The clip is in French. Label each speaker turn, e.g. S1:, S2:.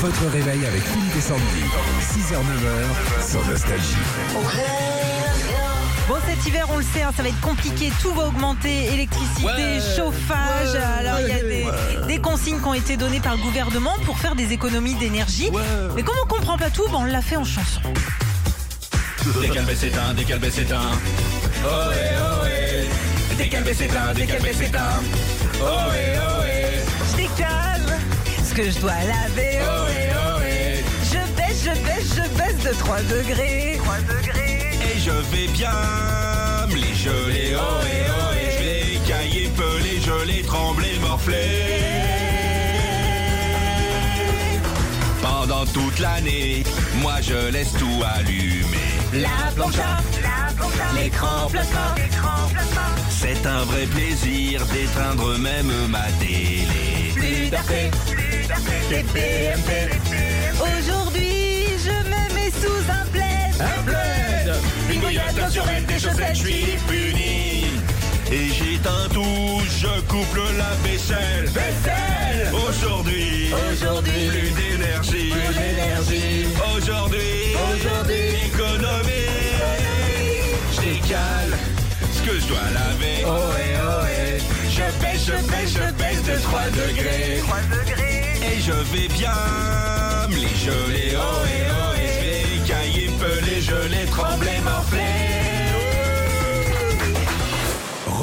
S1: Votre réveil avec Philippe et Sandy. 6h-9h sur Nostalgie.
S2: Bon, cet hiver, on le sait, hein, ça va être compliqué. Tout va augmenter électricité,
S3: Ouais.
S2: chauffage. euh,
S3: Ouais.
S2: Alors, il y a des, des consignes qui ont été données par le gouvernement pour faire des économies d'énergie.
S3: Ouais.
S2: Mais comme on comprend pas tout, ben, on l'a fait en chanson.
S3: Décalbé s'éteint, décalbé s'éteint. Ohé ohé. Décalbé s'éteint, décalbé s'éteint. Ohé ohé.
S2: Je décale ce que je dois laver.
S3: Ohé ohé.
S2: Je baisse, je baisse, je baisse de 3 degrés. 3 degrés.
S3: Et je vais bien me les geler. Ohé ohé. Je vais cailler, peler, geler, trembler, morfler. Pendant toute l'année, moi je laisse tout allumer.
S2: La plancha, l'écran plasma, l'écran plasma.
S3: C'est un vrai plaisir d'éteindre même ma télé.
S2: Plus d'Arte, des PMP. Aujourd'hui, je me mets sous un plaid.
S3: Un plaid, une
S2: bouillotte,
S3: bouillotte naturelle, des chaussettes, je suis puni. Et j'éteins tout, je couple la vaisselle. Vaisselle Aujourd'hui,
S2: Aujourd'hui.
S3: plus d'énergie. Plus d'énergie. Aujourd'hui, aujourd'hui, économie. Je décale ce que je dois laver. Ohé, ohé. Je baisse, je baisse, je baisse de 3 degrés. Et je vais bien me les geler, oh et oh et je vais cailler, peler, geler, trembler, morfler.